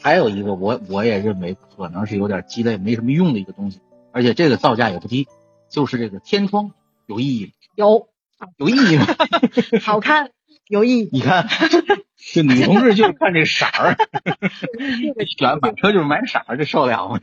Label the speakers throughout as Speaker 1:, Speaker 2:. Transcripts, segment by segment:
Speaker 1: 还有一个我我也认为可能是有点鸡肋没什么用的一个东西，而且这个造价也不低，就是这个天窗有意义吗？
Speaker 2: 有
Speaker 1: 有意 义吗？
Speaker 2: 好看，有意义。
Speaker 1: 你看，这女同志就是看这色儿，选买车就是买色儿，这受得了吗？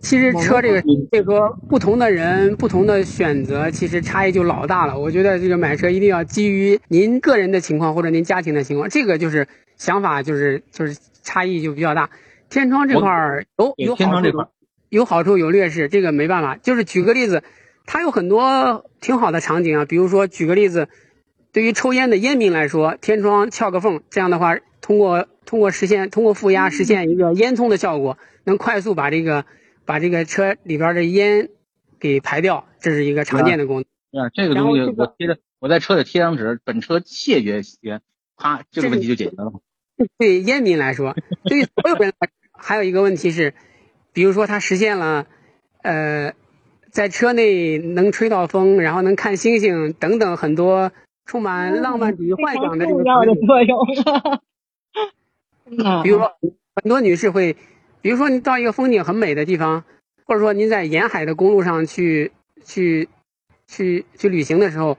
Speaker 3: 其实车这个这个不同的人不同的选择，其实差异就老大了。我觉得这个买车一定要基于您个人的情况或者您家庭的情况，这个就是想法就是就是差异就比较大。天窗这块儿有有
Speaker 1: 天
Speaker 3: 好
Speaker 1: 窗这
Speaker 3: 处
Speaker 1: 块儿，
Speaker 3: 有好处有劣势，这个没办法。就是举个例子，它有很多挺好的场景啊，比如说举个例子，对于抽烟的烟民来说，天窗撬个缝，这样的话，通过通过实现通过负压实现一个烟囱的效果，能快速把这个把这个车里边的烟给排掉，这是一个常见的功能。
Speaker 1: 啊，这个
Speaker 3: 然
Speaker 1: 东
Speaker 3: 后
Speaker 1: 西
Speaker 3: 这个
Speaker 1: 我贴着，我在车里贴张纸，本车谢绝吸烟，啪，这个问题就解决了。
Speaker 3: 对烟民来 说，对于所有人来说，还有一个问题是，比如说他实现了，呃，在车内能吹到风，然后能看星星等等很多充满浪漫主义幻想的这
Speaker 2: 嗯
Speaker 3: 个
Speaker 2: 重要的
Speaker 3: 场景
Speaker 2: 作用。嗯，
Speaker 3: 比如说，很多女士会，比如说你到一个风景很美的地方，或者说您在沿海的公路上去去去去旅行的时候，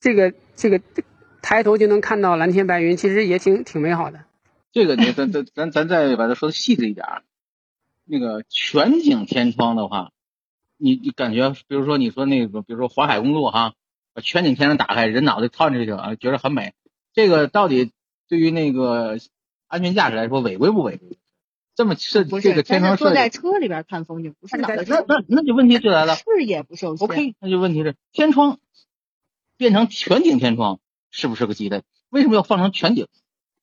Speaker 3: 这个这个抬头就能看到蓝天白云，其实也挺挺美好的。
Speaker 1: 这个你咱咱咱咱再把它说的细致一点儿，那个全景天窗的话，你你感觉，比如说你说那个，比如说淮海公路哈，把全景天窗打开，人脑袋套进去啊，觉得很美。这个到底对于那个安全驾驶来说违规不违规？这么设
Speaker 2: 不
Speaker 1: 这
Speaker 2: 是，
Speaker 1: 个天窗
Speaker 2: 但是坐
Speaker 1: 设
Speaker 2: 在
Speaker 1: 计，
Speaker 2: 车里边看风景，不是脑袋
Speaker 1: 那
Speaker 2: 受
Speaker 1: 那那就问题就来了。
Speaker 2: 视野不受限。
Speaker 1: OK，那就问题是天窗变成全景天窗是不是个鸡肋？为什么要放成全景？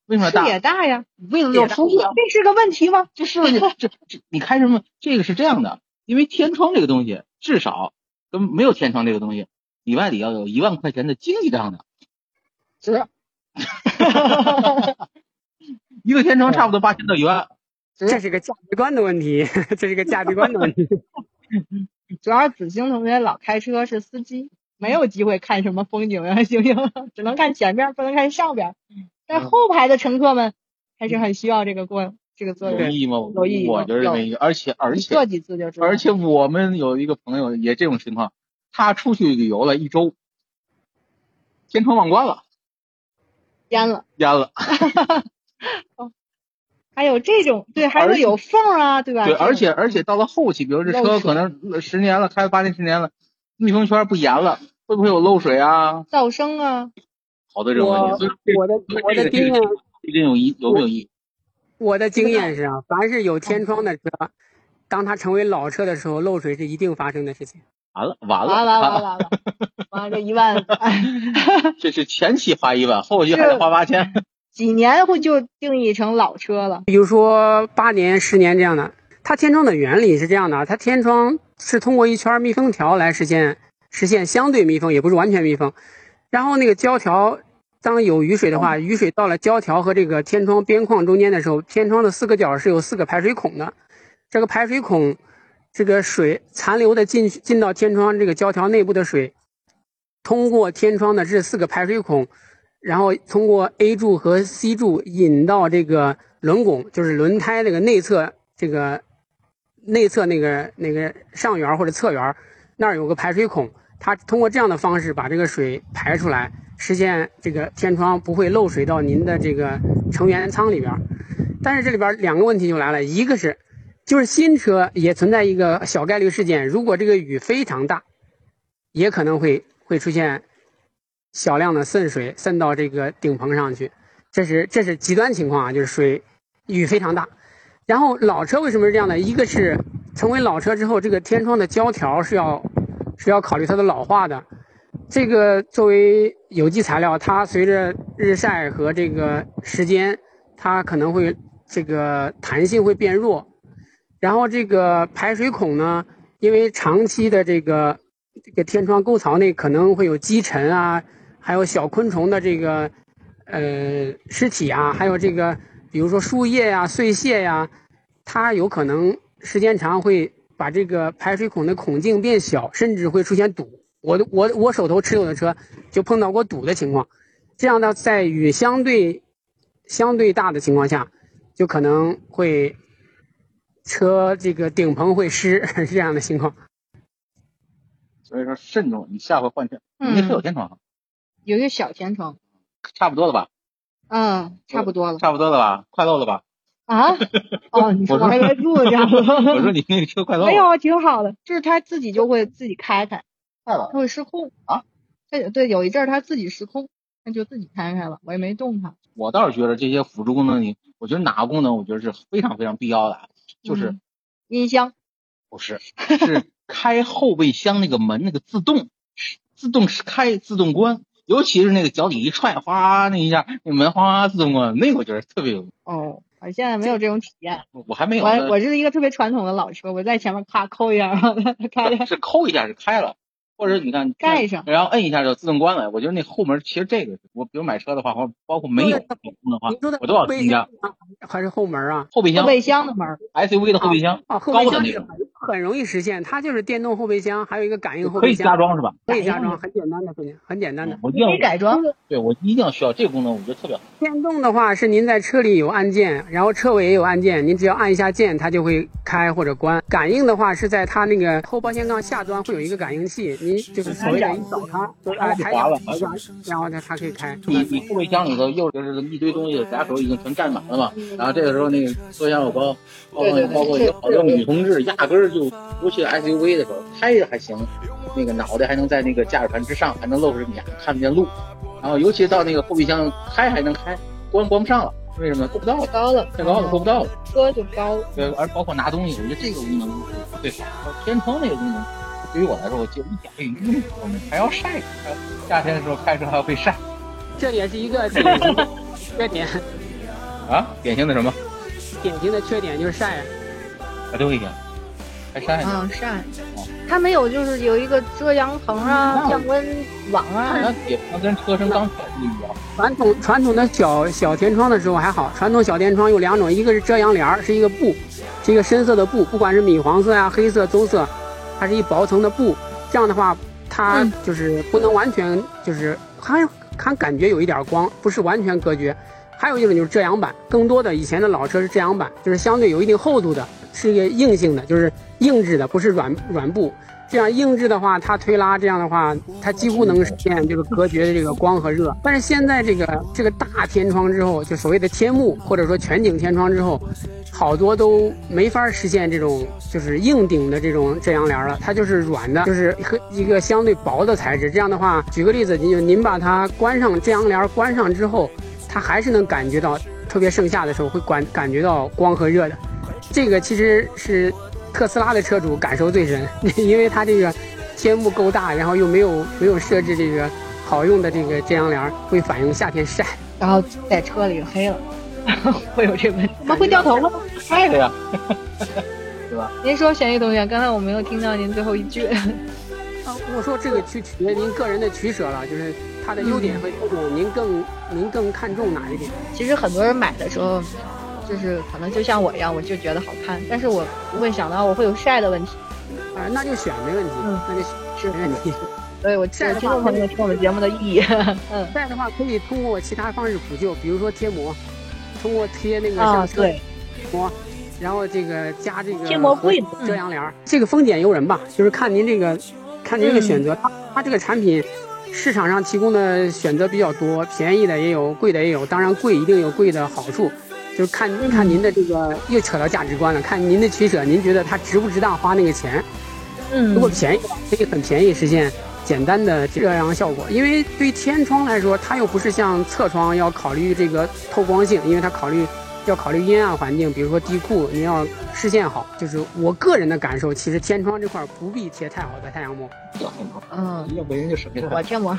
Speaker 1: 为什么要
Speaker 2: 视
Speaker 1: 大？
Speaker 2: 野大呀，
Speaker 1: 为什么要出去啊？
Speaker 2: 这是个问题吗？
Speaker 1: 这是 不是这这你开什么？这个是这样的，因为天窗这个东西，至少跟没有天窗这个东西，里外里要有一万块钱的经济账的。
Speaker 2: 值
Speaker 1: 一个天窗差不多八千到一万，
Speaker 3: 这是个价值观的问题， 这是个价值观的问题。
Speaker 2: 主要子星同学老开车是司机，没有机会看什么风景啊，星星， 只能看前边，不能看上边。
Speaker 1: 嗯
Speaker 2: 但后排的乘客们还是很需要这个过这个作
Speaker 1: 有
Speaker 2: 用。
Speaker 1: 意义吗？
Speaker 2: 有意义
Speaker 1: 我觉得没意义。而且而
Speaker 2: 你
Speaker 1: 且
Speaker 2: 坐几次就知道。
Speaker 1: 而且我们有一个朋友也这种情况，他出去旅游了一周，天窗忘关了，
Speaker 2: 淹了，
Speaker 1: 淹了。
Speaker 2: 还有这种对，还
Speaker 1: 而
Speaker 2: 会
Speaker 1: 且
Speaker 2: 有缝儿啊，对吧？
Speaker 1: 对，
Speaker 2: 这种
Speaker 1: 而且而且到了后期，比如这
Speaker 2: 漏
Speaker 1: 车
Speaker 2: 水
Speaker 1: 可能呃十年了，开了八年十年了，密封圈不严了，会不会有漏水啊？
Speaker 2: 噪声啊，
Speaker 1: 好多这种问
Speaker 3: 我
Speaker 1: 题。所以这
Speaker 3: 我的我的经验
Speaker 1: 这个有意有没有意义？
Speaker 3: 我的经验是啊，凡是有天窗的车，当它成为老车的时候，漏水是一定发生的事情。
Speaker 1: 完了完了
Speaker 2: 完了完
Speaker 1: 了，
Speaker 2: 了完了，完了这一万，哎，
Speaker 1: 这是前期花一万，后期还得花八千。
Speaker 2: 几年会就定义成老车了。
Speaker 3: 比如说八年、十年这样的，它天窗的原理是这样的啊，它天窗是通过一圈密封条来实现实现相对密封，也不是完全密封。然后那个胶条，当有雨水的话，雨水到了胶条和这个天窗边框中间的时候，天窗的四个角是有四个排水孔的，这个排水孔，这个水残留的进去进到天窗这个胶条内部的水，通过天窗的这四个排水孔，然后通过 A 柱和 C 柱引到这个轮拱，就是轮胎这个内侧这个内侧那个那个上缘或者侧缘那儿有个排水孔，它通过这样的方式把这个水排出来，实现这个天窗不会漏水到您的这个乘员舱里边儿。但是这里边儿两个问题就来了，一个是就是新车也存在一个小概率事件，如果这个雨非常大，也可能会会出现小量的渗水渗到这个顶棚上去，这是这是极端情况啊，就是水雨非常大。然后老车为什么是这样呢？一个是成为老车之后，这个天窗的胶条是要是要考虑它的老化的。这个作为有机材料，它随着日晒和这个时间，它可能会这个弹性会变弱，然后这个排水孔呢，因为长期的这个这个天窗沟槽内可能会有积尘啊，还有小昆虫的这个呃尸体啊，还有这个比如说树叶呀、碎屑呀、它有可能时间长会把这个排水孔的孔径变小，甚至会出现堵。我的我我手头持有的车就碰到过堵的情况，这样呢，在雨相对相对大的情况下，就可能会车这个顶棚会湿是这样的情况。
Speaker 1: 所以说慎重，你下回换天，你那车有
Speaker 2: 嗯，
Speaker 1: 天窗啊，
Speaker 2: 有一个小天窗，
Speaker 1: 差不多了吧？
Speaker 2: 嗯，差不多了
Speaker 1: 差不多了吧？快漏了 吧？
Speaker 2: 啊。哦，你
Speaker 1: 我
Speaker 2: 说
Speaker 1: 说
Speaker 2: 我还以为录了这样
Speaker 1: 我说你那个车快漏
Speaker 2: 没
Speaker 1: 了，
Speaker 2: 有，挺好的，就是它自己就会自己开开，
Speaker 1: 快了
Speaker 2: 它会失控
Speaker 1: 啊。
Speaker 2: 对对，有一阵儿它自己失控，它就自己开开了，我也没动它。
Speaker 1: 我倒是觉得这些辅助功能，你我觉得哪个功能，我觉得是非常非常必要的啊，就是、
Speaker 2: 嗯音箱，
Speaker 1: 不是是开后备箱那个门那个自动自动开自动关，尤其是那个脚底一踹，哗那一下，那门哗哗自动关，那个我觉得特别有，
Speaker 2: 哦，我现在没有这种体验。
Speaker 1: 我还没有
Speaker 2: 我
Speaker 1: 呢，
Speaker 2: 我是一个特别传统的老车，我在前面咔扣一下，然后它开开。
Speaker 1: 是抠一下就开了。或者你看
Speaker 2: 盖上
Speaker 1: 然后摁一下就自动关了。我觉得那后门其实这个，我比如买车的话，或者包括没有
Speaker 3: 说的
Speaker 1: 功能的话
Speaker 3: 您，说的
Speaker 1: 我都要
Speaker 3: 后备
Speaker 1: 增加
Speaker 3: 箱啊还是后门啊？
Speaker 1: 后备
Speaker 2: 后
Speaker 1: 箱、
Speaker 2: 备箱的门儿，
Speaker 1: SUV 的后备箱，
Speaker 3: 啊，后
Speaker 1: 高
Speaker 3: 备
Speaker 1: 的
Speaker 3: 箱
Speaker 1: 那
Speaker 3: 是
Speaker 1: 种
Speaker 3: 很很容易实现，它就是电动后备箱，还有一个感应后
Speaker 1: 可
Speaker 3: 备
Speaker 1: 以加
Speaker 3: 箱，
Speaker 1: 装是吧？
Speaker 3: 可以
Speaker 2: 改
Speaker 3: 加
Speaker 2: 用
Speaker 3: 装，
Speaker 2: 的
Speaker 3: 很简单的，很很简单的
Speaker 1: 嗯。，我一
Speaker 2: 你
Speaker 1: 定
Speaker 2: 可
Speaker 1: 要
Speaker 2: 以改装。
Speaker 1: 对我一定要需要这个功能，我觉得特别好。
Speaker 3: 电动的话是您在车里有按键，然后车尾也有按键，您只要按一下键，它就会开或者关。感应的话是在它那个后保险杠下端会有一个感应器，您就是所谓的一找它，就是哎抬脚一下，然后它它可以开。
Speaker 1: 你你后备箱里头又就是一堆东西，俩手已经全占满了嘛。然后这个时候那个坐享有包，包
Speaker 2: 嗯
Speaker 1: 括
Speaker 2: 对对对
Speaker 1: 包括有好多女同志压根儿就，尤其是 SUV 的时候，开着还行，那个脑袋还能在那个驾驶盘之上，还能露着脸看不见路。然后尤其到那个后备箱开还能开，关关不上了，为什么呢？够不到
Speaker 2: 太
Speaker 1: 了，
Speaker 2: 高了，嗯
Speaker 1: 太高了够不到了。
Speaker 2: 车就高了。
Speaker 1: 对，而包括拿东西，我觉得这个功能是最好的。天窗那个功能，对于我来说，我就一点用都没有，还要晒，还要夏天的时候开车还要被晒
Speaker 3: 这也是一个典型的缺点，
Speaker 1: 啊，典型的什么？
Speaker 3: 典型的缺点就是晒。
Speaker 1: 啊，对呀，还晒呢。
Speaker 2: 啊，晒，它没有就是有一个遮阳棚啊、降温网
Speaker 1: 当
Speaker 2: 啊。
Speaker 1: 然也不能跟车身刚才不一样，
Speaker 3: 传统传统的小小天窗的时候还好，传统小天窗有两种，一个是遮阳帘儿，是一个布，是一个深色的布，不管是米黄色呀、黑色、棕色，它是一薄层的布。这样的话，它
Speaker 2: 嗯
Speaker 3: 就是不能完全就是还还感觉有一点光，不是完全隔绝。还有一种就是遮阳板，更多的以前的老车是遮阳板，就是相对有一定厚度的，是一个硬性的，就是硬质的，不是软软布。这样硬质的话，它推拉这样的话，它几乎能实现这个隔绝的这个光和热。但是现在这个这个大天窗之后，就所谓的天幕或者说全景天窗之后，好多都没法实现这种就是硬顶的这种遮阳帘了，它就是软的，就是和一个相对薄的材质。这样的话，举个例子，您就您把它关上遮阳帘关上之后，它还是能感觉到，特别盛夏的时候会感感觉到光和热的。这个其实是特斯拉的车主感受最深， 因为它这个天幕够大，然后又没有没有设置这个好用的这个遮阳帘儿，会反映夏天晒。
Speaker 2: 然后在车里黑了，会有这问题。我们会掉头发吗？
Speaker 1: 晒的呀。
Speaker 2: 您说，玄一同学，刚才我没有听到您最后一句。 哦
Speaker 3: 啊，我说这个取取决您个人的取舍了，就是它的优点和缺点，您更您更看重哪一点？
Speaker 2: 其实很多人买的时候，就是可能就像我一样，我就觉得好看，但是我不会想到我会有晒的问题。
Speaker 3: 啊，那就选没问题，
Speaker 2: 嗯
Speaker 3: 那就选
Speaker 2: 是
Speaker 3: 没问题。
Speaker 2: 所以我听
Speaker 3: 晒的
Speaker 2: 听
Speaker 3: 话
Speaker 2: 众朋友们听我们节目的意义。嗯，
Speaker 3: 晒的话可以通过其他方式补救，比如说贴膜，通过贴那个
Speaker 2: 啊，
Speaker 3: 像车
Speaker 2: 对，
Speaker 3: 膜，然后这个加这个
Speaker 2: 贴膜贵吗
Speaker 3: 遮阳帘儿，这个丰俭由人吧，就是看您这个，看您这个选择，它它这个产品。市场上提供的选择比较多，便宜的也有，贵的也有。当然，贵一定有贵的好处，就是看看您的这个又扯到价值观了，看您的取舍，您觉得它值不值当花那个钱？
Speaker 2: 嗯
Speaker 3: 如果便宜的话，可以很便宜实现简单的遮阳效果。因为对于天窗来说，它又不是像侧窗要考虑这个透光性，因为它考虑要考虑阴暗环境，比如说地库，你要视线好。就是我个人的感受，其实天窗这块儿不必贴太好的太阳膜。
Speaker 1: 这很多
Speaker 2: 嗯，
Speaker 1: 要不人就省这
Speaker 2: 我
Speaker 1: 块。
Speaker 2: 贴膜。